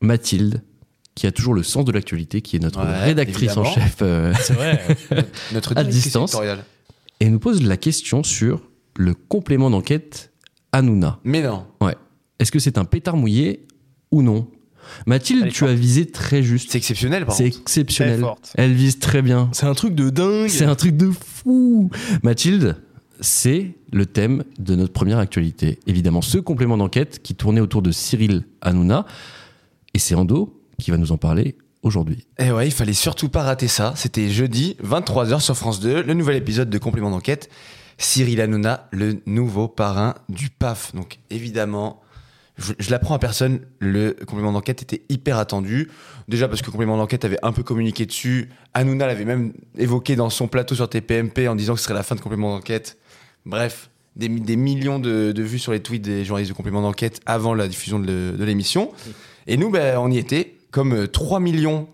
Mathilde, qui a toujours le sens de l'actualité, qui est notre Ouais, rédactrice en évidemment. chef euh, C'est vrai. Notre À directrice distance. éditoriale. et nous pose la question sur le complément d'enquête Hanouna. Mais non. Ouais. Est-ce que c'est un pétard mouillé ou non Mathilde, Elle est tu as visé très juste. C'est exceptionnel, par C'est contre. exceptionnel. Très forte. Elle vise très bien. C'est un truc de dingue. C'est un truc de fou. Mathilde, c'est le thème de notre première actualité. Évidemment, ce complément d'enquête qui tournait autour de Cyril Hanouna. Et c'est Ando qui va nous en parler aujourd'hui. Eh ouais, il fallait surtout pas rater ça. C'était jeudi, 23h sur France 2, le nouvel épisode de Complément d'enquête. Cyril Hanouna, le nouveau parrain du PAF. Donc évidemment, je, je l'apprends à personne, le complément d'enquête était hyper attendu. Déjà parce que complément d'enquête avait un peu communiqué dessus. Hanouna l'avait même évoqué dans son plateau sur TPMP en disant que ce serait la fin de complément d'enquête. Bref, des, mi- des millions de, de vues sur les tweets des journalistes de complément d'enquête avant la diffusion de le- de l'émission. Et nous, ben, on y était, comme euh, 3 millions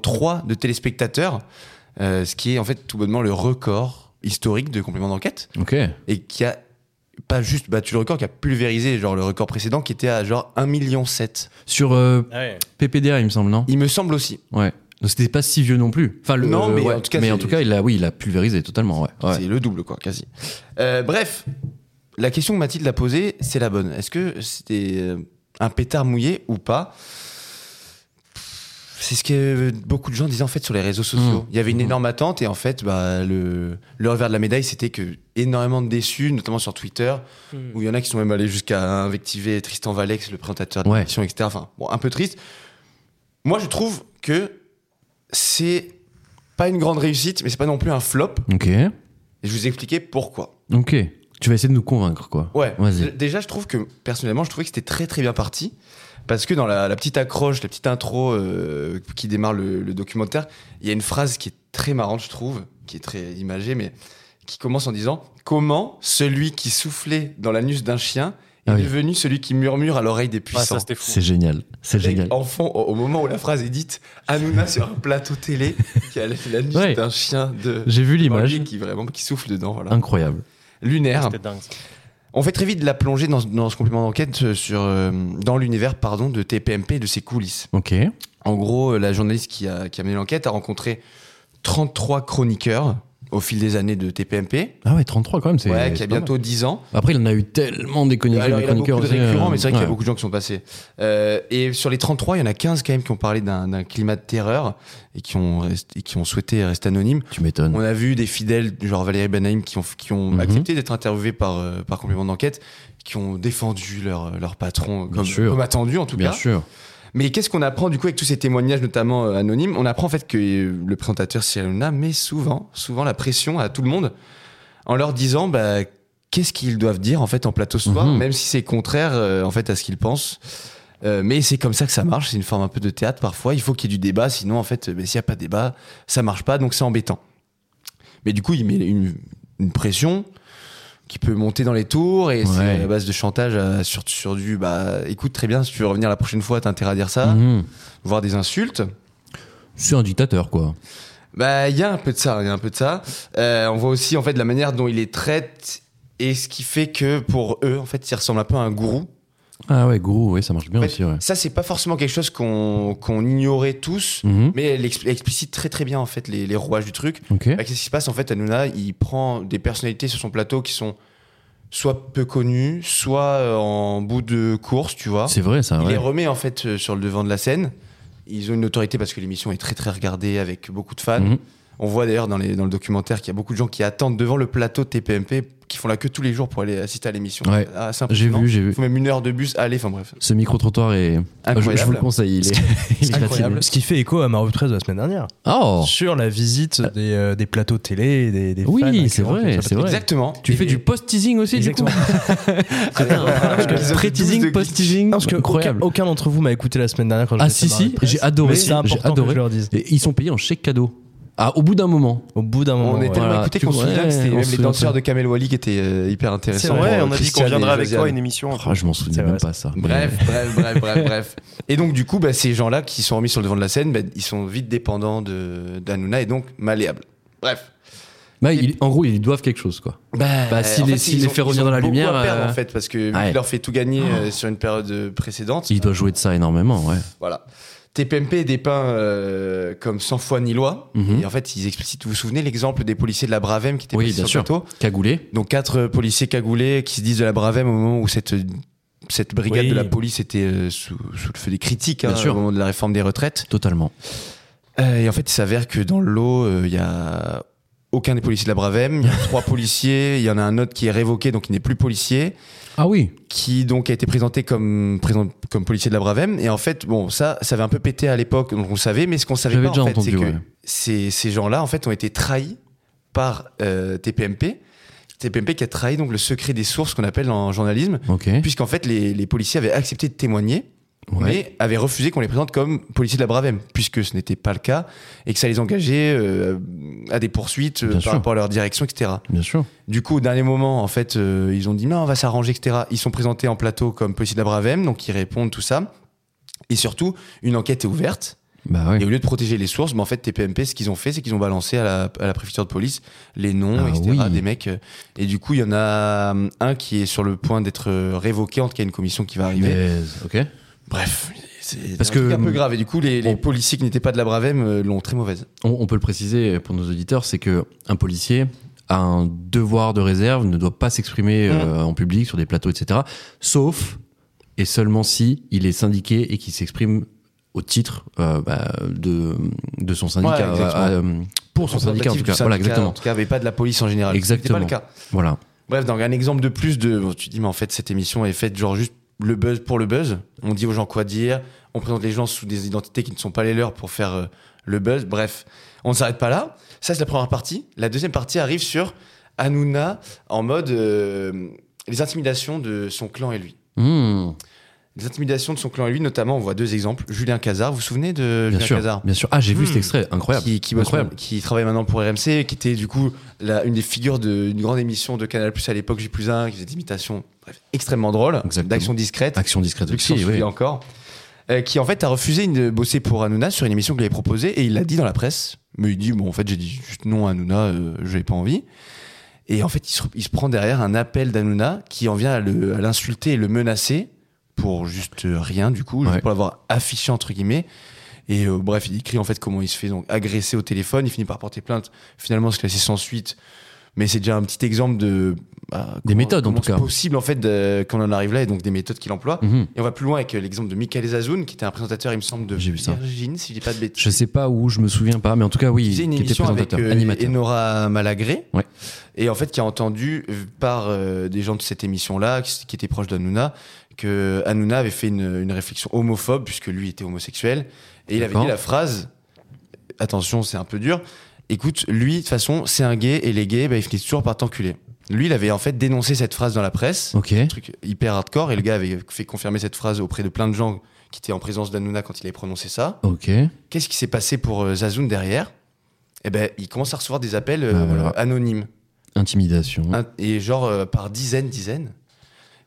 03 de téléspectateurs, euh, ce qui est en fait tout bonnement le record historique de complément d'enquête Ok. et qui a pas juste battu le record, qui a pulvérisé genre le record précédent qui était à genre 1,7 million. Sur euh, Ouais. PPDA, il me semble, non Il me semble aussi. Ouais. Donc c'était pas si vieux non plus. Enfin, le, Non, euh, mais ouais. en tout cas, mais en c'est- tout cas, il a, oui, il a pulvérisé totalement. Ouais. Ouais. C'est le double, quoi, quasi. Euh, bref, la question que Mathilde a posée, c'est la bonne. Est-ce que c'était euh, un pétard mouillé ou pas C'est ce que euh, beaucoup de gens disaient en fait sur les réseaux sociaux. Mmh. Il y avait une Mmh. énorme attente et en fait, bah, le, le revers de la médaille, c'était que énormément de déçus, notamment sur Twitter, Mmh. où il y en a qui sont même allés jusqu'à invectiver Tristan Valex, le présentateur de Ouais. l'émission, etc. Enfin, bon, un peu triste. Moi, je trouve que c'est pas une grande réussite, mais c'est pas non plus un flop. Ok. Et je vais vous expliquer pourquoi. Ok. Tu vas essayer de nous convaincre, quoi. Ouais. Vas-y. D- Déjà, je trouve que personnellement, je trouvais que c'était très très bien parti. Parce que dans la, la petite accroche, la petite intro euh, qui démarre le, le documentaire, il y a une phrase qui est très marrante, je trouve, qui est très imagée, mais qui commence en disant Comment celui qui soufflait dans l'anus d'un chien est Ah oui. devenu celui qui murmure à l'oreille des Ah, puissants ça, c'était fou. C'est génial. C'est génial. Et en fond, au, au moment où la phrase est dite, Hanouna sur un plateau télé qui a l'anus Ouais. d'un chien de J'ai vu l'image. qui vraiment qui souffle dedans, voilà. Incroyable. Lunaire. C'était dingue. ça. On fait très vite la plongée dans, dans ce complément d'enquête euh, sur euh, dans l'univers pardon de TPMP et de ses coulisses. Ok. En gros, euh, la journaliste qui a, qui a mené l'enquête a rencontré 33 chroniqueurs au fil des années de TPMP, Ah ouais, 33 quand même, c'est. ouais, qui c'est a pas bientôt 10 ans. mal. Après, il en a eu tellement des chroniqueurs. Alors, il y a des beaucoup de chroniqueurs, euh, hein. récurrents, mais c'est vrai qu'il y a ouais. beaucoup de gens qui sont passés. Euh, et sur les 33, il y en a 15 quand même qui ont parlé d'un d'un climat de terreur et qui ont, resté- et qui ont souhaité rester anonymes. Tu m'étonnes. On a vu des fidèles, genre Valérie Benahim, qui ont, qui ont Mhm. accepté d'être interviewés par, euh, par complément d'enquête, qui ont défendu leur, leur patron, Bien comme, sûr. comme attendu en tout Bien cas. sûr. Mais qu'est-ce qu'on apprend du coup avec tous ces témoignages, notamment euh, anonymes On apprend en fait que euh, le présentateur Cyril Hanouna met souvent, souvent la pression à tout le monde en leur disant bah, qu'est-ce qu'ils doivent dire en fait en plateau ce soir, Mhm. même si c'est contraire euh, en fait à ce qu'ils pensent. Euh, mais c'est comme ça que ça marche, c'est une forme un peu de théâtre parfois. Il faut qu'il y ait du débat, sinon en fait, euh, ben, s'il n'y a pas de débat, ça marche pas, donc c'est embêtant. Mais du coup, il met une, une pression qui peut monter dans les tours et c'est Ouais. à base de chantage euh, sur, sur du bah écoute très bien si tu veux revenir la prochaine fois t'as intérêt à dire ça Mhm. voire des insultes. C'est un dictateur, quoi. Bah, il y a un peu de ça, il y a un peu de ça. Euh, on voit aussi en fait la manière dont il les traite et ce qui fait que pour eux, en fait, il ressemble un peu à un gourou. Ah ouais, gourou, ouais, ça marche bien En fait, aussi, ouais. Ça, c'est pas forcément quelque chose qu'on qu'on ignorait tous, Mhm. mais elle expl- explicite très très bien en fait les, les rouages du truc. Ok. Bah, Qu'est-ce qui se passe en fait Hanouna, il prend des personnalités sur son plateau qui sont soit peu connues, soit euh, en bout de course, tu vois. C'est vrai, ça, Il Ah ouais. les remet en fait euh, sur le devant de la scène. Ils ont une autorité parce que l'émission est très très regardée avec beaucoup de fans. Mhm. On voit d'ailleurs dans, les- dans le documentaire qu'il y a beaucoup de gens qui attendent devant le plateau de TPMP, qui font la queue tous les jours pour aller assister à l'émission. Ouais. Ah, c'est J'ai impressionnant. vu, j'ai vu. Il faut même une heure de bus aller, enfin bref. Ce micro-trottoir est. Ah, Je, Incroyable. je vous le conseille, il est, il est Incroyable. facile. Ce qui fait écho à ma Route 13 de la semaine dernière. Oh Sur la visite des, euh, des plateaux de télé, des, des Oui, fans, c'est etc. vrai, c'est vrai. Exactement. Tu fais du post-teasing aussi, Exactement. du coup Ah, Épisode Pré-teasing, 12 de post-teasing. Non, parce que Incroyable. aucun, aucun d'entre vous m'a écouté la semaine dernière quand je Ah, l'ai si, fait dans la si, presse, j'ai adoré, mais C'est j'ai important que adoré. je leur dise. Et ils sont payés en chèque cadeau. Ah, au bout d'un moment. Au bout d'un moment. On est ouais. tellement Voilà, écoutés tu qu'on se vois, souvient que c'était ouais, on même se les souvient de danseurs ça. de Kamel Wally qui étaient euh, hyper C'est intéressants. vrai, Ouais, Euh, on a dit Christian qu'on viendrait et avec toi à Josiane. une émission. Ah, je m'en souvenais C'est même vrai, pas, ça. mais- Bref, bref, bref, bref, bref. Et donc, du coup, bah, ces gens-là qui sont remis sur le devant de la scène, bah, ils sont vite dépendants de- d'Hanouna et donc malléables. Bref. Bah, il- en gros, ils doivent quelque chose, quoi. Bah, si Euh, en les- fait, si ils les ont- fait ils revenir ont dans la beaucoup lumière, à perdre, euh, en fait, parce que vu ouais. Oh. qu'il leur fait tout gagner euh, sur une période euh, précédente. Il doit jouer de ça énormément, ouais. Voilà. TPMP est dépeint euh, comme sans foi ni loi. Mhm. Et en fait, ils explicitent. Vous vous souvenez l'exemple des policiers de la Bravem qui étaient Oui, passés bien sur le sûr. plateau Cagoulé. Donc quatre euh, policiers cagoulés qui se disent de la Bravem au moment où cette cette brigade Oui. de la police était euh, sous, sous le feu des critiques Bien hein, sûr. au moment de la réforme des retraites. Totalement. Euh, et en fait, il s'avère que dans le lot, euh, il y a aucun des policiers de la Bravem. Il y a trois policiers. Il y en a un autre qui est révoqué, donc il n'est plus policier Ah oui. qui donc a été présenté comme, présent- comme policier de la Bravem. Et en fait, bon, ça, ça avait un peu pété à l'époque, donc on savait, mais ce qu'on savait J'avais pas, déjà en fait, entendu, c'est que ouais. ces, ces gens-là, en fait, ont été trahis par euh, TPMP. TPMP qui a trahi donc le secret des sources qu'on appelle en journalisme, Ok. puisqu'en fait, les, les policiers avaient accepté de témoigner, Ouais. mais avaient refusé qu'on les présente comme policiers de la Bravem, puisque ce n'était pas le cas, et que ça les engageait euh, à des poursuites euh, Bien par sûr. rapport à leur direction, etc. Bien sûr. Du coup, au dernier moment, en fait, euh, ils ont dit non, on va s'arranger, etc. Ils sont présentés en plateau comme Petit Bravem, donc ils répondent tout ça. Et surtout, une enquête est ouverte. Bah ouais. Et au lieu de protéger les sources, bah, en fait, TPMP, ce qu'ils ont fait, c'est qu'ils ont balancé à la, à la préfecture de police les noms, Ah etc. oui. des mecs. euh, Et du coup, il y en a hum, un qui est sur le point d'être euh, révoqué, en tout cas, une commission qui va arriver. Punaise, Ok. Bref, c'est Parce un, truc que, un peu hum, grave. Et du coup, les, les on- policiers qui n'étaient pas de la Bravem euh, l'ont très mauvaise. On, on peut le préciser pour nos auditeurs, c'est que un policier a un devoir de réserve, ne doit pas s'exprimer Mm. euh, en public sur des plateaux, etc. Sauf et seulement si il est syndiqué et qu'il s'exprime au titre euh, bah, de, de son syndicat, Ouais, exactement. euh, pour son syndicat en tout Représentatif cas. du Voilà, syndicat, exactement. En tout cas, mais pas de la police en général. Ce qui n'était Exactement. pas le cas. Voilà. Bref, donc un exemple de plus de. bon, tu te dis, mais en fait, cette émission est faite genre juste le buzz pour le buzz. On dit aux gens quoi dire. On présente les gens sous des identités qui ne sont pas les leurs pour faire euh, le buzz. Bref, on ne s'arrête pas là. Ça, c'est la première partie. La deuxième partie arrive sur Hanouna en mode euh, les intimidations de son clan et lui. Mmh. Les intimidations de son clan et lui, notamment, on voit deux exemples. Julien Cazard, vous vous souvenez de Bien Julien sûr. Cazard Bien sûr. Ah, j'ai vu Hmm. cet extrait. Incroyable. qui, qui, bosse- Incroyable. qui travaille maintenant pour RMC, qui était du coup la- une des figures d'une grande émission de Canal Plus à l'époque, J plus 1, qui faisait des imitations bref, extrêmement drôles, Exactement. d'action discrète, Action discrète vu que aussi. s'en souvient oui. encore, euh, qui en fait a refusé de bosser pour Hanouna sur une émission qu'il avait proposée et il l'a dit dans la presse. Mais il dit, bon, en fait, j'ai dit juste non à Hanouna, euh, j'ai pas envie. Et en fait, il se, il se prend derrière un appel d'Hanouna qui en vient à le- à l'insulter et le menacer pour juste euh, rien, du coup, juste Ouais. pour l'avoir affiché, entre guillemets. Et euh, bref, il écrit en fait comment il se fait donc agresser au téléphone. Il finit par porter plainte. Finalement, c'est classé sans suite. Mais c'est déjà un petit exemple de. bah, Des méthodes, en comment tout cas. C'est possible, en fait, de- qu'on en arrive là et donc des méthodes qu'il emploie. Mhm. Et on va plus loin avec euh, l'exemple de Michael Zazoun, qui était un présentateur, il me semble, de J'ai vu ça. Virgin, si je dis pas de bêtises. Je sais pas où, je me souviens pas, mais en tout cas, oui, Il faisait une qui était émission avec présentateur, euh, animateur. Enora Malagré, Ouais. et en fait qui a entendu euh, par euh, des gens de cette émission-là, qui, qui étaient proches d'Anouna, que Hanouna avait fait une, une réflexion homophobe, puisque lui était homosexuel, et il avait D'accord. dit la phrase, attention c'est un peu dur, écoute, lui de toute façon c'est un gay, et les gays, bah, ils finissent toujours par t'enculer. Lui, il avait en fait dénoncé cette phrase dans la presse, Ok. un truc hyper hardcore, et le gars avait fait confirmer cette phrase auprès de plein de gens qui étaient en présence d'Anouna quand il avait prononcé ça. Ok. Qu'est-ce qui s'est passé pour euh, Zazoun derrière Eh ben, il commence à recevoir des appels euh, Ah, voilà. Mmh. anonymes, Intimidation. Un- et genre euh, par dizaines, dizaines.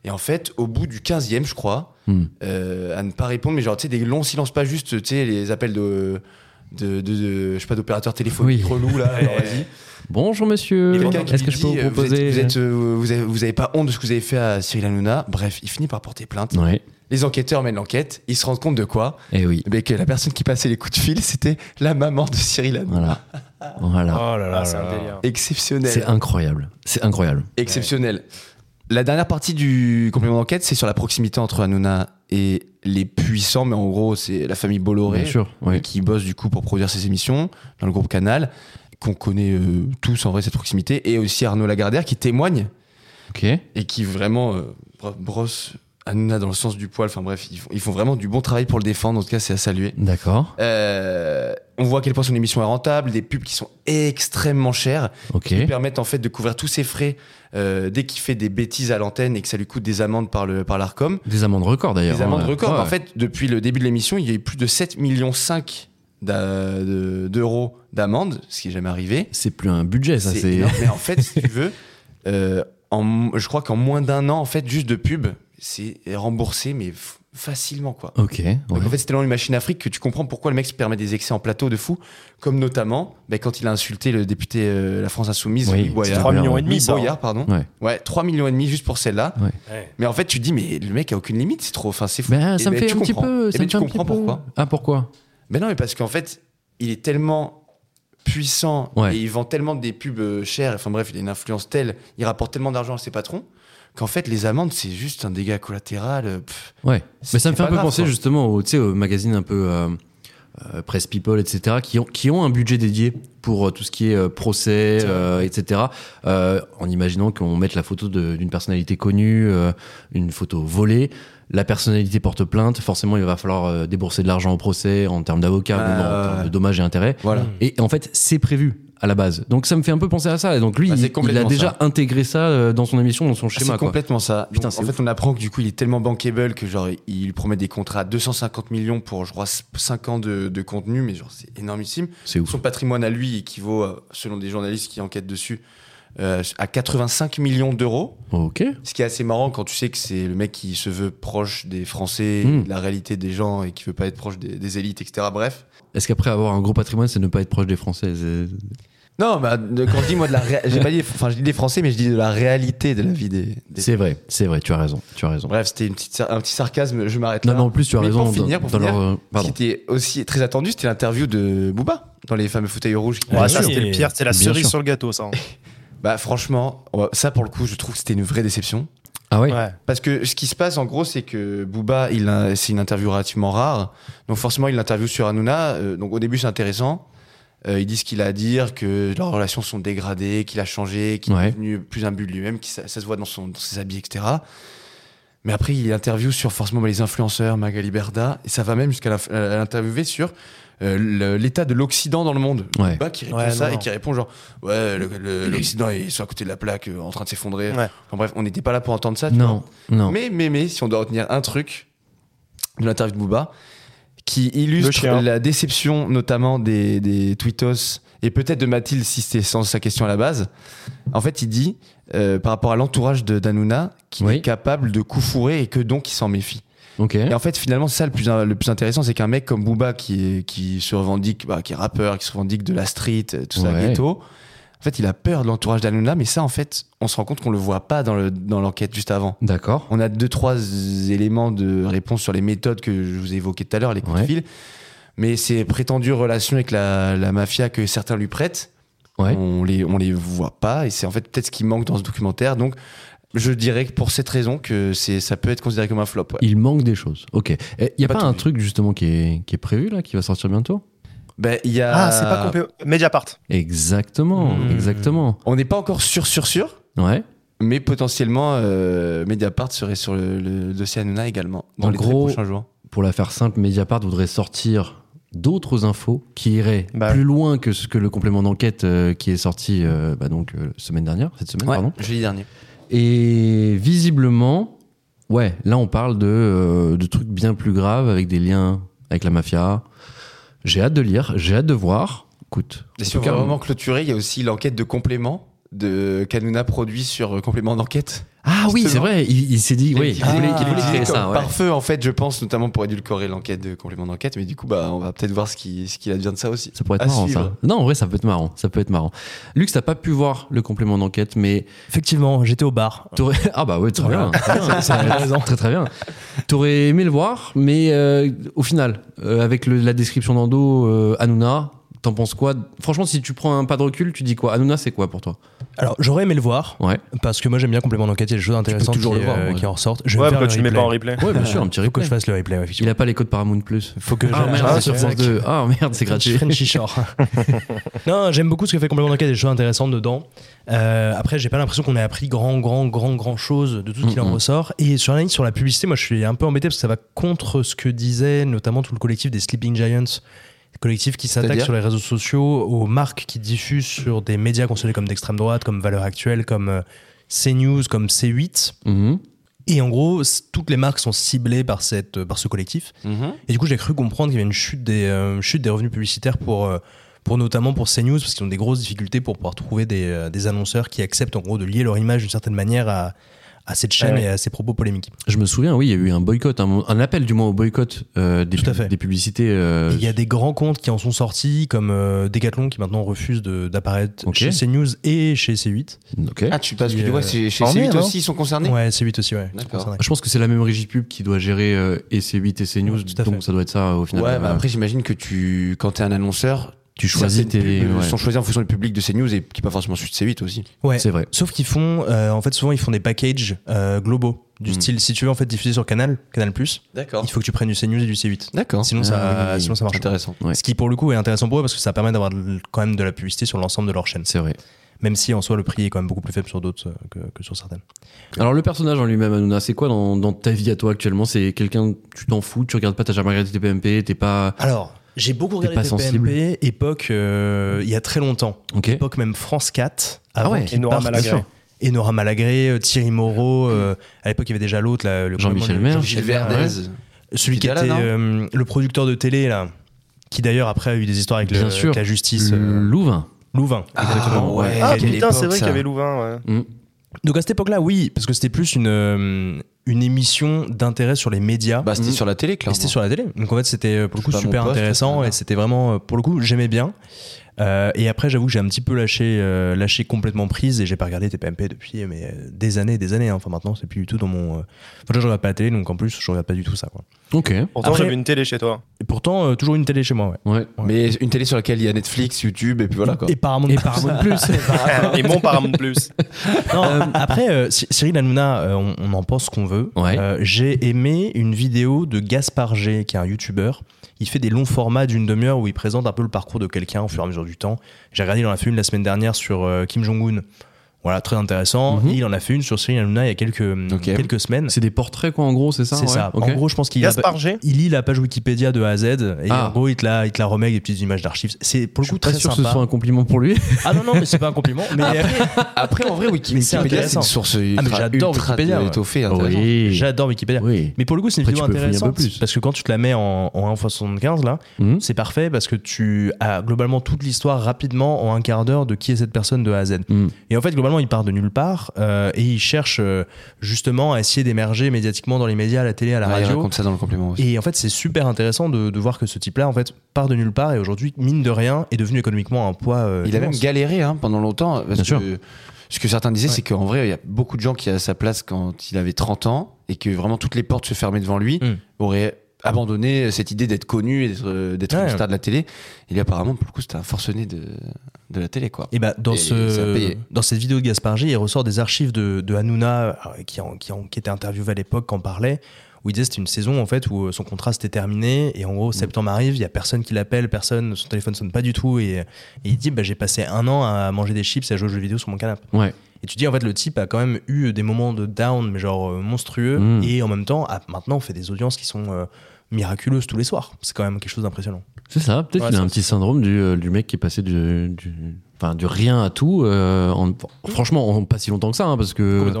Et en fait, au bout du 15e, je crois, Hmm. euh, à ne pas répondre, mais genre, tu sais, des longs silences, pas juste, tu sais, les appels de, de, de- de- je sais pas, d'opérateurs téléphoniques Oui. relous, là, alors vas-y. Bonjour monsieur. Et quelqu'un qui Est-ce lui que je peux dit, vous euh, vous êtes- proposer vous, êtes, euh, vous avez, vous avez pas honte de ce que vous avez fait à Cyril Hanouna Bref, il finit par porter plainte. euh, Ouais. Les enquêteurs mènent l'enquête, ils se rendent compte de quoi Eh oui. Eh ben, Que la personne qui passait les coups de fil, c'était la maman de Cyril Hanouna. Voilà. Voilà. Oh là là, c'est là un là. délire. Exceptionnel. C'est incroyable. C'est incroyable. Exceptionnel. La dernière partie du complément d'enquête, c'est sur la proximité entre Hanouna et les puissants, mais en gros, c'est la famille Bolloré Bien sûr. Oui. qui bosse du coup pour produire ces émissions dans le groupe Canal, qu'on connaît euh, tous en vrai cette proximité, et aussi Arnaud Lagardère qui témoigne Ok. et qui vraiment euh, bro- brosse Hanouna dans le sens du poil. Enfin bref, ils font, ils font vraiment du bon travail pour le défendre, en tout cas, c'est à saluer. D'accord. Euh, on voit à quel point son émission est rentable, des pubs qui sont extrêmement chères Ok. qui lui permettent en fait de couvrir tous ses frais euh, dès qu'il fait des bêtises à l'antenne et que ça lui coûte des amendes par le par l'Arcom. Des amendes records d'ailleurs. Des amendes Ouais. records. Ouais. En fait, depuis le début de l'émission, il y a eu plus de 7,5 millions d'a- de- d'euros d'amendes, ce qui est jamais arrivé. C'est plus un budget, ça. C'est. énorme. Mais en fait, si tu veux, euh, en, je crois qu'en moins d'un an, en fait, juste de pub, c'est remboursé mais f- facilement, quoi. Ok. ouais. Donc, en fait, c'est tellement une machine à fric que tu comprends pourquoi le mec se permet des excès en plateau de fou, comme notamment ben, quand il a insulté le député euh, La France Insoumise, Oui, Louis Boyard. 3 Boyard, millions et Louis demi, ça. hein. Boyard, pardon. Ouais. Ouais, 3 millions et demi juste pour celle-là. Ouais. Mais en fait, tu te dis, mais le mec a aucune limite, c'est trop. Enfin, c'est fou. Ben, Et ça me ben, fait tu un petit comprends. peu. Et Ça ben, me tu fait un petit comprends peu- pourquoi. Ah, pourquoi Mais Ben non, mais parce qu'en fait, il est tellement puissant Ouais. et il vend tellement des pubs euh, chères. Enfin bref, il a une influence telle, il rapporte tellement d'argent à ses patrons qu'en fait, les amendes, c'est juste un dégât collatéral. euh, pff. Ouais. Mais ça C'est me fait un pas peu grave, penser quoi. justement aux, tu sais, aux magazines un peu euh, euh, Press People, etc., qui ont, qui ont un budget dédié pour euh, tout ce qui est euh, procès, euh, etc., euh, en imaginant qu'on mette la photo de- d'une personnalité connue, euh, une photo volée. La personnalité porte plainte, forcément il va falloir euh, débourser de l'argent au procès en termes d'avocat, Ah, ou en ouais. Hmm. termes de dommages et intérêts. Voilà. Mm. Et en fait, c'est prévu à la base. Donc ça me fait un peu penser à ça. Et donc lui, Bah, c'est il- il a complètement déjà intégré ça euh, dans son émission, dans son Ah, C'est schéma. quoi. complètement ça. Putain, Donc, c'est en fait, on apprend que du coup, il est tellement bankable que genre, il lui promet des contrats à 250 millions pour, je crois, 5 ans de, de contenu, mais genre, c'est énormissime. C'est ouf. Son patrimoine à lui équivaut, euh, selon des journalistes qui enquêtent dessus, euh, à 85 millions d'euros. Ok. Ce qui est assez marrant quand tu sais que c'est le mec qui se veut proche des Français, Mm. de la réalité des gens et qui veut pas être proche des, des élites, etc. Bref. Est-ce qu'après avoir un gros patrimoine, c'est ne pas être proche des Français c'est- Non, bah, de- quand je dis moi de la, ré- j'ai pas dit, enfin, je dis des Français, mais je dis de la réalité de la vie des. des- C'est vrai, c'est vrai, tu as raison, tu as raison. Bref, c'était une petite, sar- un petit sarcasme. Je m'arrête là. Non, mais en plus, tu as Mais raison. Pour dans- finir, pour dans finir, leur, euh, ce qui pardon. était aussi très attendu, c'était l'interview de Booba dans les fameux fauteuils rouges. Ouais, Ah ça, oui. c'était le pire. C'est la Bien cerise sûr. sur le gâteau, ça. hein. Bah, franchement, ouais, ça pour le coup, je trouve que c'était une vraie déception. Ah ouais, Ouais. Parce que ce qui se passe en gros, c'est que Booba, il a- c'est une interview relativement rare. Donc forcément, il l'interview sur Hanouna. Euh, donc au début, c'est intéressant. Euh, il dit ce qu'il a à dire, que leurs relations sont dégradées, qu'il a changé, qu'il Ouais. est devenu plus imbu de lui-même, que ça, ça se voit dans, son, dans ses habits, etc. Mais après, il interview sur forcément les influenceurs, Magali Berda, et ça va même jusqu'à l'inf- à l'interviewer sur euh, le- l'état de l'Occident dans le monde. Ouais. Booba qui répond Ouais, ça non, et non. qui répond genre, ouais, le- le- l'Occident, ils sont à côté de la plaque, euh, en train de s'effondrer. Ouais. Enfin bref, on n'était pas là pour entendre ça. tu vois. non, non. Mais, mais, mais, si on doit retenir un truc de l'interview de Booba, qui Le illustre chien. la déception notamment des, des tweetos et peut-être de Mathilde si c'était sans sa question à la base. En fait, il dit euh, par rapport à l'entourage de Danuna qu'il Oui. Hein est capable de coup fourrer et que donc il s'en méfie. Ok. Et en fait, finalement, c'est ça le plus, le plus intéressant, c'est qu'un mec comme Booba qui, est- qui se revendique, bah, qui est rappeur, qui se revendique de la street, euh, tout ça, Ouais. ghetto. En fait, il a peur de l'entourage d'Anouna, mais ça, en fait, on se rend compte qu'on le voit pas dans le- dans l'enquête juste avant. D'accord. On a deux, trois éléments de réponse sur les méthodes que je vous ai évoquées tout à l'heure, les coups Ouais. de fil. Mais ces prétendues relations avec la, la mafia que certains lui prêtent, Ouais. on, les, on les voit pas. Et c'est en fait peut-être ce qui manque dans ce documentaire. Donc, je dirais que pour cette raison que c'est, ça peut être considéré comme un flop. ouais. Il manque des choses. Ok. Il n'y a Pas pas, tout un vu. truc justement qui est, qui est prévu là, qui va sortir bientôt Ben, il y a... Ah, c'est pas complet. Mediapart. Exactement, Mmh. Hmm. exactement. On n'est pas encore sûr, sûr, sûr. Ouais. Mais potentiellement, euh, Mediapart serait sur le, le dossier Hanouna également dans En les très gros, prochains jours. Pour la faire simple, Mediapart voudrait sortir d'autres infos qui iraient Bah. plus loin que ce que le complément d'enquête euh, qui est sorti euh, bah donc euh, semaine dernière, cette semaine, pardon. jeudi dernier. Et visiblement, ouais, là on parle de, euh, de trucs bien plus graves avec des liens avec la mafia. J'ai hâte de lire, j'ai hâte de voir. Écoute, Et en si on tout veut cas, vraiment clôturer, il y a aussi l'enquête de complément de Canuna produit sur euh, complément d'enquête. ah oui, c'est Justement. vrai, il, il s'est dit, oui, Il il voulait- voulait, ah, il voulait créer comme ça. ouais. Par feu, en fait, je pense, notamment pour édulcorer l'enquête de complément d'enquête. Mais du coup, bah, on va peut-être voir ce qui, ce qu'il advient de ça aussi. Ça pourrait être À marrant, suivre. ça. Non, en vrai, ça peut être marrant. Ça peut être marrant. Lux, t'as pas pu voir le complément d'enquête, mais Effectivement, j'étais au bar. t'aurais. Ah bah ouais, très bien. Ça- Voilà. ça- T'as raison. très très bien. T'aurais aimé le voir, mais euh, au final, euh, avec le- la description d'Ando, euh, Hanouna, t'en penses quoi Franchement, si tu prends un pas de recul, tu dis quoi Hanouna, c'est quoi pour toi Alors, j'aurais aimé le voir. Ouais. Parce que moi, j'aime bien complément d'enquête. Il y a des choses intéressantes toujours qui, le voir, euh, ouais. qui en ressortent. Je vais Ouais, faire pourquoi le tu le mets pas en replay. replay Ouais, bien sûr, un petit Faut que replay. je fasse le replay, ouais, Il effectivement. a pas les codes Paramount Plus. Faut que Ah je- merde, Ah, c'est c'est sur France vrai 2. Ah merde, c'est gratuit. Frenchy Shore. non, j'aime beaucoup ce que fait complètement d'enquête, des choses intéressantes dedans. Euh, après, j'ai pas l'impression qu'on ait appris grand, grand, grand, grand chose de tout ce qu'il Mhm. en ressort. Et sur la ligne, sur la publicité, moi je suis un peu embêté parce que ça va contre ce que disait notamment tout le collectif des Sleeping Giants. Collectif qui s'attaque C'est-à-dire sur les réseaux sociaux aux marques qui diffusent sur des médias considérés comme d'extrême droite, comme Valeurs Actuelles, comme euh, CNews, comme C8. Mhm. Et en gros, c- toutes les marques sont ciblées par, cette, euh, par ce collectif. Et du coup, j'ai cru comprendre qu'il y avait une chute des, euh, chute des revenus publicitaires pour, euh, pour notamment pour CNews, parce qu'ils ont des grosses difficultés pour pouvoir trouver des, euh, des annonceurs qui acceptent en gros de lier leur image d'une certaine manière à, à cette chaîne Ouais. et à ses propos polémiques. Je me souviens, oui, il y a eu un boycott, un, un appel du moins au boycott euh, des, Tout à pub- fait. des publicités. euh, Et Il y a des grands comptes qui en sont sortis, comme euh, Decathlon, qui maintenant refuse de- d'apparaître Ok. chez CNews et chez C8. ok. Ah, tu passes Qui, que tu vois, euh, c'est chez en est, C8 non aussi, ils sont concernés Ouais, C8 aussi, ouais. D'accord. Concernés. Je pense que c'est la même régie pub qui doit gérer euh, et C8 et CNews, Ouais, tout à donc fait. ça doit être ça euh, au Ouais, final. bah Euh, après, j'imagine que tu, quand t'es un annonceur, tu choisis certaines tes. pubs ouais. sont choisies en fonction du public de CNews et qui pas forcément celui de C8 aussi. Ouais. C'est vrai. Sauf qu'ils font, euh, en fait, souvent ils font des packages euh, globaux du Mm. Hmm. style si tu veux en fait diffuser sur Canal, Canal Plus, D'accord. il faut que tu prennes du CNews et du C8. D'accord. Sinon ça, Oh. Ah oui. sinon ça marche. pas. Intéressant. Ouais. Ce qui pour le coup est intéressant pour eux parce que ça permet d'avoir de- quand même de la publicité sur l'ensemble de leur chaîne. Euh, C'est vrai. Même si en soi le prix est quand même beaucoup plus faible sur d'autres euh, que, que sur certaines. Alors le personnage en lui-même, Hanouna, c'est quoi dans, dans ta vie à toi actuellement C'est quelqu'un, tu t'en fous, tu regardes pas, t'as jamais regardé tes PMP, t'es pas... Alors j'ai beaucoup T'es regardé pas TPMP, sensible. époque euh, il y a très longtemps, Ok. Ah époque même France 4 avant ouais. qu'ils Et Nora partent. Malagré. Bien sûr. Et Nora Malagré, euh, Thierry Moreau, euh, à l'époque il y avait déjà l'autre là, le Jean-Michel le- Maire. Jean-Michel Gilles Maire, ouais. Verdez. Celui Qui qui était là, était non euh, le producteur de télé, là, qui d'ailleurs après a eu des histoires avec, le- Bien sûr. avec la justice. euh, Louvain. Louvain, exactement. Eh, ouais. Ah Quelle putain, époque, c'est vrai ça. qu'il y avait Louvain. ouais. Mm. Donc à cette époque-là, oui, parce que c'était plus une, euh, une émission d'intérêt sur les médias. Bah, c'était Mm. sur la télé, et clairement. c'était sur la télé. Donc en fait, c'était euh, pour le coup C'est pas mon super poste, intéressant ça, et là. c'était vraiment, euh, pour le coup, j'aimais bien. Euh, et après, j'avoue que j'ai un petit peu lâché, euh, lâché complètement prise et j'ai pas regardé TPMP depuis euh, mais, euh, des années, des années. hein. Enfin maintenant, c'est plus du tout dans mon. euh, Enfin, déjà, je regarde pas la télé, donc en plus, je regarde pas du tout ça. Quoi. Ok. Pourtant, Après- j'avais une télé chez toi. Et pourtant, euh, toujours une télé chez moi. Ouais. Ouais. Mais une télé sur laquelle il y a Netflix, YouTube, et puis voilà quoi. Et Paramount. Et par de plus. Ah. Et mon Paramount Plus. Non, après, euh, Cy- Cyril Hanouna, euh, on, on en pense ce qu'on veut. Ouais. Euh, J'ai aimé une vidéo de Gaspard G, qui est un youtubeur. Il fait des longs formats d'une demi-heure où il présente un peu le parcours de quelqu'un au fur et à mesure du temps. J'ai regardé, il en a fait une la semaine dernière sur euh, Kim Jong-un. Voilà, très intéressant. Mhm. Et il en a fait une sur Cyril Hanouna il y a quelques, Ok. quelques semaines. c'est des portraits quoi en gros, c'est ça C'est ouais ça. Ok. En gros, je pense qu'il a- Gaspard G. il lit la page Wikipédia de A à Z et Ah. en gros, il te, la, il te la remet avec des petites images d'archives. C'est pour je le coup suis pas très sûr que sympa. ce soit un compliment pour lui. Ah non, non, mais c'est pas un compliment. Mais Après, en vrai, Wiki- Mais c'est Wikipédia, c'est intéressant. Ah, une source euh, ultra, j'adore ultra Wikipédia, ouais. étoffée. intéressante. oui. j'adore Wikipédia. Oui. Mais pour le coup, c'est une Après, vidéo tu peux fouiller un peu intéressante plus. parce que quand tu te la mets en, en 1x75 là, Mhm. c'est parfait parce que tu as globalement toute l'histoire rapidement en un quart d'heure de qui est cette personne de A à Z. Hmm. Mhm. Et en fait, globalement, il part de nulle part euh, et il cherche euh, justement à essayer d'émerger médiatiquement dans les médias, à la télé, à la Ouais, il radio. raconte ça dans le complément aussi. Et en fait, c'est super intéressant de, de voir que ce type-là, en fait, part de nulle part et aujourd'hui, mine de rien, est devenu économiquement un poids. euh, Il a même immense. galéré hein, pendant longtemps. Parce Bien que sûr. Ce que certains disaient, Ouais. c'est qu'en vrai, il y a beaucoup de gens qui à sa place quand il avait 30 ans et que vraiment toutes les portes se fermaient devant lui, Mm. auraient abandonné cette idée d'être connu et d'être, euh, d'être Ouais. une star de la télé. Et lui, apparemment, pour le coup, c'était un forcené de, de la télé, quoi. Et bah, dans, Et ça a ce, payé. dans cette vidéo de Gaspard G, il ressort des archives de, de Hanouna, euh, qui, en- qui, en- qui était interviewé à l'époque, qui en parlait, où il disait que c'était une saison en fait où euh, son contrat s'était terminé, et en gros, septembre arrive, il n'y a personne qui l'appelle, personne, son téléphone sonne pas du tout, et, et il dit bah, J'ai passé un an à manger des chips et à jouer aux jeux vidéo sur mon canapé. Ouais. Et tu dis, en fait, le type a quand même eu des moments de down, mais genre euh, monstrueux, Mm. et en même temps, a maintenant fait des audiences qui sont euh, miraculeuses tous les soirs. C'est quand même quelque chose d'impressionnant. C'est ça. Peut-être Ouais, qu'il a ça- un petit syndrome du, euh, du mec qui est passé du, du, enfin, du rien à tout. euh, en- franchement, en pas si longtemps que ça, hein, parce que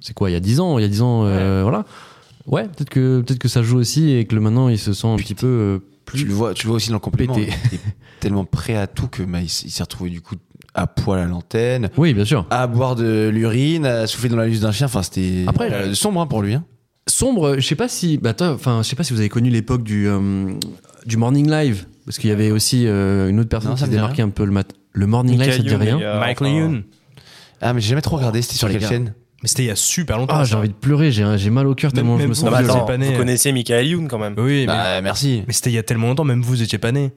c'est quoi, il y a 10 ans, il y a 10 ans, euh, voilà. Ouais, peut-être que, peut-être que ça joue aussi et que le maintenant il se sent un petit peu euh, plus. Tu le vois, tu le vois aussi dans le complément. Pété. Il est tellement prêt à tout que bah, il s- il s'est retrouvé du coup à poil à l'antenne, Oui, bien sûr. à boire de l'urine, à souffler dans la luce d'un chien. Enfin, c'était Après, euh, sombre hein, pour lui. hein. Sombre, je sais pas si, bah, toi, enfin, je sais pas si vous avez connu l'époque du euh, du morning live, parce qu'il y avait aussi euh, une autre personne Non, ça qui me dit démarquait un peu le matin. Le morning live, ça te dit Caillou, rien mais, euh, Michael enfin, Youn. Ah, mais j'ai jamais trop regardé. C'était sur les quelle gars. chaîne Mais c'était il y a super longtemps. Ah, j'ai ça. envie de pleurer, j'ai j'ai mal au cœur tellement Même- je me même sens. Non, mais Vous attends, étiez pas né, vous euh. connaissez Michael Youn quand même. Oui, mais, Bah, merci. mais c'était il y a tellement longtemps, même vous étiez pas né.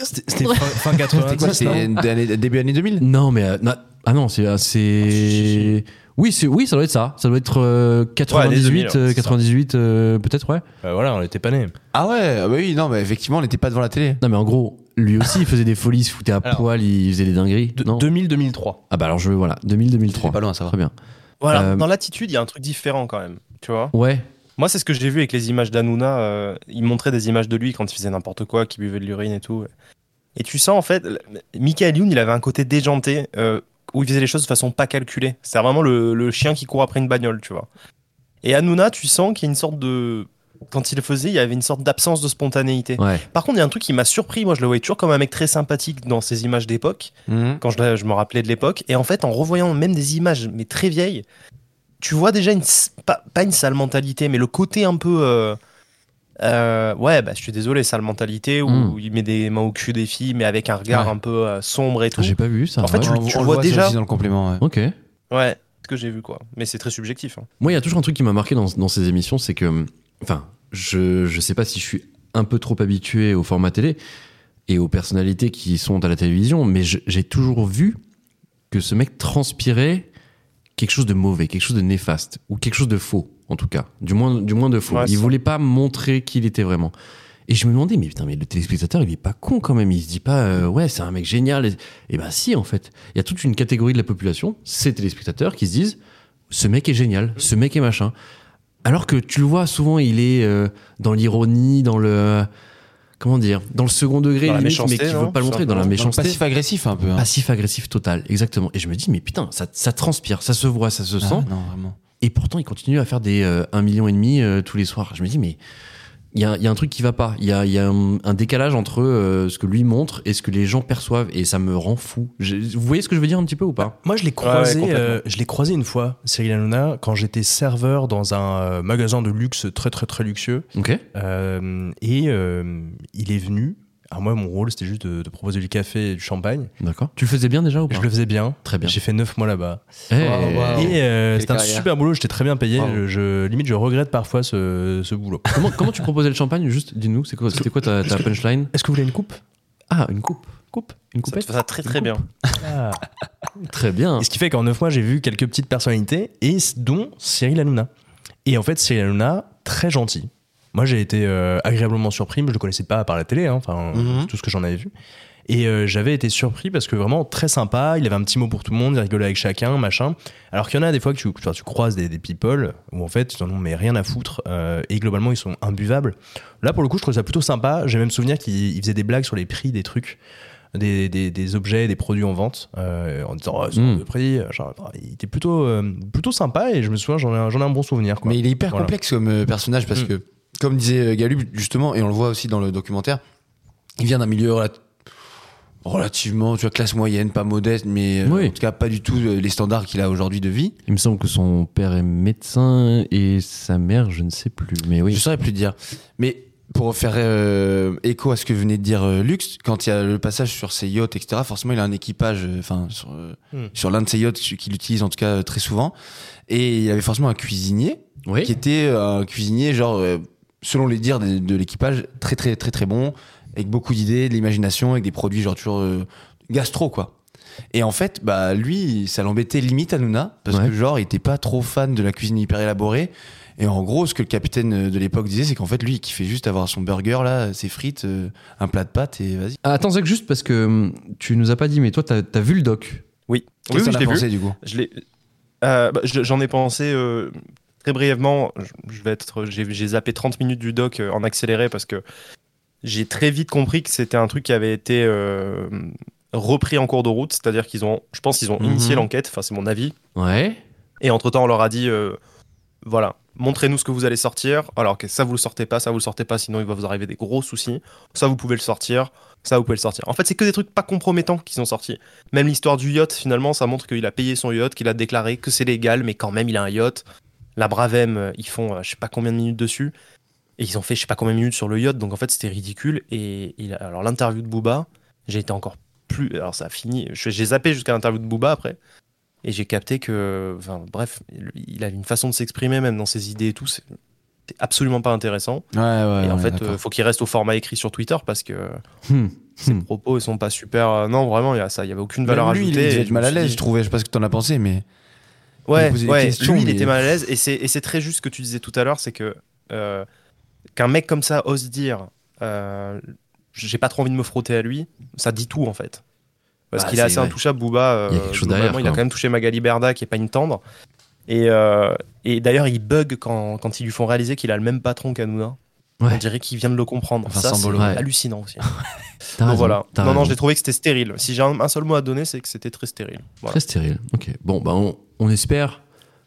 C'était c'était fin, fin Ah, C'était quoi 90. non C'était d'année- début année 2000 Non, mais euh, na- ah non, c'est euh, c'est oui, c'est oui, ça doit être ça. Ça doit être euh, 98, 2000, ouais, euh, c'est ça. 98 euh, peut-être, ouais. Bah voilà, on était pas né. Ah ouais, ah bah oui, non, mais effectivement, on n'était pas devant la télé. Non, mais en gros, lui aussi, il faisait des folies, il se foutait à Alors, poil, il faisait des dingueries. non 2000-2003. Ah bah alors je voilà, 2000, 2003. C'est pas loin, ça va. Très bien. Voilà, Euh, dans l'attitude, il y a un truc différent quand même. Tu vois Ouais. Moi, c'est ce que j'ai vu avec les images d'Anouna. euh, il montrait des images de lui quand il faisait n'importe quoi, qu'il buvait de l'urine et tout. Et tu sens, en fait, l- Michael Youn, il avait un côté déjanté euh, où il faisait les choses de façon pas calculée. C'est vraiment le, le chien qui court après une bagnole, tu vois. Et Hanouna, tu sens qu'il y a une sorte de. Quand il le faisait, il y avait une sorte d'absence de spontanéité. Ouais. Par contre, il y a un truc qui m'a surpris. Moi, je le voyais toujours comme un mec très sympathique dans ses images Mmh. d'époque quand je, je me rappelais de l'époque. Et en fait, en revoyant même des images, mais très vieilles, tu vois déjà une s- pas, pas une sale mentalité, mais le côté un peu euh, euh, ouais, bah je suis désolé, sale mentalité où Mm. il met des mains au cul des filles, mais avec un regard Ouais. un peu euh, sombre et tout. Ah, J'ai pas vu ça. En fait, ouais. tu- on- on tu le vois voit déjà- aussi dans le complément. ouais. Ok. Ouais, c'est ce que j'ai vu quoi. Mais c'est très subjectif. hein. Moi, il y a toujours un truc qui m'a marqué dans, dans ces émissions, c'est que, enfin, je, je sais pas si je suis un peu trop habitué au format télé et aux personnalités qui sont à la télévision, mais je- j'ai toujours vu que ce mec transpirait quelque chose de mauvais, quelque chose de néfaste, ou quelque chose de faux, en tout cas. Du moins, du moins de faux. Ouais, c'est il ça. voulait pas montrer qui il était vraiment. Et je me demandais, mais putain, mais le téléspectateur, il est pas con quand même. Il se dit pas, euh, ouais, c'est un mec génial. Et, et ben si, en fait. Il y a toute une catégorie de la population, ces téléspectateurs, qui se disent, ce mec est génial, ce mec est machin. Alors que tu le vois souvent, il est euh, dans l'ironie, dans le. Comment dire Dans le second degré, Dans la limite, mais méchanceté, qui non veut pas le Tout montrer, dans la simplement. méchanceté. Passif agressif un peu. hein. Passif-agressif total, exactement. Et je me dis, mais putain, ça, ça transpire, ça se voit, ça se sent. Ah, non, vraiment. Et pourtant, il continue à faire des euh, 1,5 million et demi euh, tous les soirs. Je me dis, mais il y a, il y a un truc qui va pas. Il y a, il y a un, un décalage entre euh, ce que lui montre et ce que les gens perçoivent. Et ça me rend fou. Je- vous voyez ce que je veux dire un petit peu ou pas Moi, je l'ai croisé, complètement. euh, je l'ai croisé une fois, Cyril Hanouna, quand j'étais serveur dans un euh, magasin de luxe très très très luxueux. Ok. Euh, et euh, il est venu. Alors moi, mon rôle, c'était juste de, de proposer du café et du champagne. D'accord. Tu le faisais bien déjà ou pas Je le faisais bien. Très bien. J'ai fait 9 mois là-bas. Eh, Waouh, waouh. Ah ouais. Et euh, Quelle c'était un carrière. super boulot, j'étais très bien payé. Bravo. Je, je- limite, je regrette parfois ce, ce boulot. Comment, comment tu proposais le champagne Juste dis-nous, c'est quoi, c'était quoi ta, ta punchline Est-ce que vous voulez une coupe Ah, une coupe. Coupe Une Ça te coupette fait ça très très bien. Très bien. Et ce qui fait qu'en 9 mois, j'ai vu quelques petites personnalités, et c- dont Cyril Hanouna. Et en fait, Cyril Hanouna, très gentil. Moi, j'ai été euh, agréablement surpris, mais je le connaissais pas par la télé, hein, enfin, Mhm. tout ce que j'en avais vu. Et euh, j'avais été surpris parce que vraiment très sympa, il avait un petit mot pour tout le monde, il rigolait avec chacun, machin. Alors qu'il y en a des fois que tu, tu vois, tu croises des, des people où en fait ils en ont mais rien à foutre euh, et globalement ils sont imbuvables. Là pour le coup je trouvais ça plutôt sympa, j'ai même souvenir qu'il il faisait des blagues sur les prix des trucs, des, des- des objets, des produits en vente euh, en disant oh, c'est Mm. le prix, genre, ah, il était plutôt, euh, plutôt sympa et je me souviens j'en ai, un- j'en ai un bon souvenir. Quoi. Mais il est hyper Voilà. complexe comme euh, personnage parce Mm. que, comme disait euh, Galub, justement, et on le voit aussi dans le documentaire, il vient d'un milieu relat- relativement, tu vois, classe moyenne, pas modeste, mais euh, Oui. en tout cas pas du tout euh, les standards qu'il a aujourd'hui de vie. Il me semble que son père est médecin et sa mère, je ne sais plus. Mais oui. Je saurais plus dire. Mais pour faire euh, écho à ce que venait de dire euh, Lux, quand il y a le passage sur ses yachts, etc., forcément, il a un équipage, euh, enfin, sur, euh, Mm. sur l'un de ses yachts qu'il utilise en tout cas euh, très souvent. Et il avait forcément un cuisinier Oui. qui était euh, un cuisinier, genre, euh, selon les dires de, de l'équipage, très, très, très, très bon, avec beaucoup d'idées, de l'imagination, avec des produits, genre, toujours euh, gastro, quoi. Et en fait, bah, lui, ça l'embêtait limite à Nouna, parce Ouais. que, genre, il était pas trop fan de la cuisine hyper élaborée. Et en gros, ce que le capitaine de l'époque disait, c'est qu'en fait, lui, il kiffait juste avoir son burger, là, ses frites, euh, un plat de pâtes, et vas-y. Ah, Attends, Zach, juste parce que hum, tu nous as pas dit, mais toi, t'as as vu le doc. Oui, oui, Qu'est-ce que oui, t'en je as l'ai vu. pensé, du coup Je l'ai. euh, bah, je- J'en ai pensé euh, très brièvement. Je, je vais être. J'ai j'ai zappé 30 minutes du doc euh, en accéléré parce que j'ai très vite compris que c'était un truc qui avait été euh, repris en cours de route. C'est-à-dire qu'ils ont. Je pense qu'ils ont Mhm. initié l'enquête. Enfin, c'est mon avis. Ouais. Et entre-temps, on leur a dit euh, voilà, montrez-nous ce que vous allez sortir. Alors que ça, vous le sortez pas, ça, vous le sortez pas, sinon il va vous arriver des gros soucis. Ça, vous pouvez le sortir, ça, vous pouvez le sortir. En fait, c'est que des trucs pas compromettants qui sont sortis. Même l'histoire du yacht, finalement, ça montre qu'il a payé son yacht, qu'il a déclaré que c'est légal, mais quand même, il a un yacht. La Bravem, euh, ils font euh, je sais pas combien de minutes dessus. Et ils ont fait je sais pas combien de minutes sur le yacht, donc en fait, c'était ridicule. Et il a- alors, l'interview de Booba, j'ai été encore plus. Alors, ça a fini. je- J'ai zappé jusqu'à l'interview de Booba après. Et j'ai capté que, enfin, bref, il a une façon de s'exprimer même dans ses idées et tout. C'est c'est absolument pas intéressant. Ouais, ouais. et en ouais, fait, d'accord. Hmm. euh, faut qu'il reste au format écrit sur Twitter parce que Hum, ses hum. propos ils sont pas super. euh, non, vraiment, il y a ça, il y avait aucune valeur Même lui, il ajoutée. devait et être je mal me à suis l'aise, dit- je trouvais. Je sais pas ce que t'en as pensé, mais. Ouais, Il posait des ouais, questions, lui, il mais- était mal à l'aise. Et c'est, et c'est très juste ce que tu disais tout à l'heure, c'est que euh, qu'un mec comme ça ose dire euh, j'ai pas trop envie de me frotter à lui, ça dit tout en fait. Parce Bah, qu'il est c'est assez vrai. intouchable, Booba. euh, Il y a quelque chose globalement, derrière, Il a quoi. quand même touché Magali Berda, qui est pas une tendre. Et, euh, et d'ailleurs, il bug quand, quand ils lui font réaliser qu'il a le même patron qu'Anouna. Ouais. On dirait qu'il vient de le comprendre. Vincent ça, c'est Bolloré. hallucinant aussi. T'as Donc raison, voilà. t'as Non, non, raison. j'ai trouvé que c'était stérile. Si j'ai un, un seul mot à donner, c'est que c'était très stérile. Ah, Voilà. Très stérile. Ok. Bon, bah, on, on espère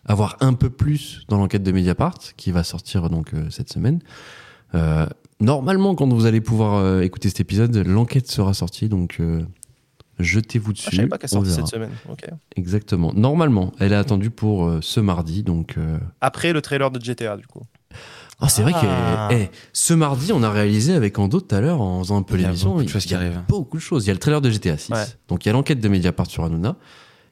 avoir un peu plus dans l'enquête de Mediapart qui va sortir donc euh, cette semaine. Euh, normalement, quand vous allez pouvoir euh, écouter cet épisode, l'enquête sera sortie. Donc, euh, Jetez-vous Ah, dessus. je savais pas qu'elle on sortait verra. cette semaine. Ok. Exactement. Normalement, elle est attendue pour euh, ce mardi. Donc, euh, Après le trailer de GTA, du coup. ah, c'est vrai Ah. que eh, ce mardi, on a réalisé avec Ando tout à l'heure en faisant un peu Il y a l'émission. beaucoup de choses qui y a arrivent. Beaucoup de choses. Il y a le trailer de GTA 6. Ouais. Donc, il y a l'enquête de Mediapart sur Hanouna.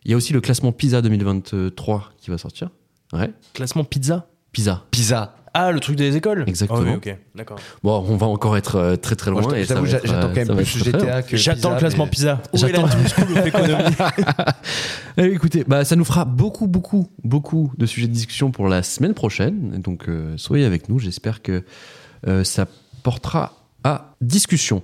Il y a aussi le classement PISA 2023 qui va sortir. Ouais. Classement pizza PISA. Pizza. Ah, le truc des écoles Exactement. Ah oui, ok, d'accord. Bon, on va encore être euh, très très loin. Oh, Moi, je et ça t'avoue, va j'a- être, j'attends euh, quand même ça va plus être très GTA que. J'attends Pizza, le classement mais- pizza. Où est la J'attends- Dream School of Economy Eh, écoutez, bah, ça nous fera beaucoup, beaucoup, beaucoup de sujets de discussion pour la semaine prochaine. Et Donc, euh, soyez avec nous. J'espère que euh, ça portera à discussion.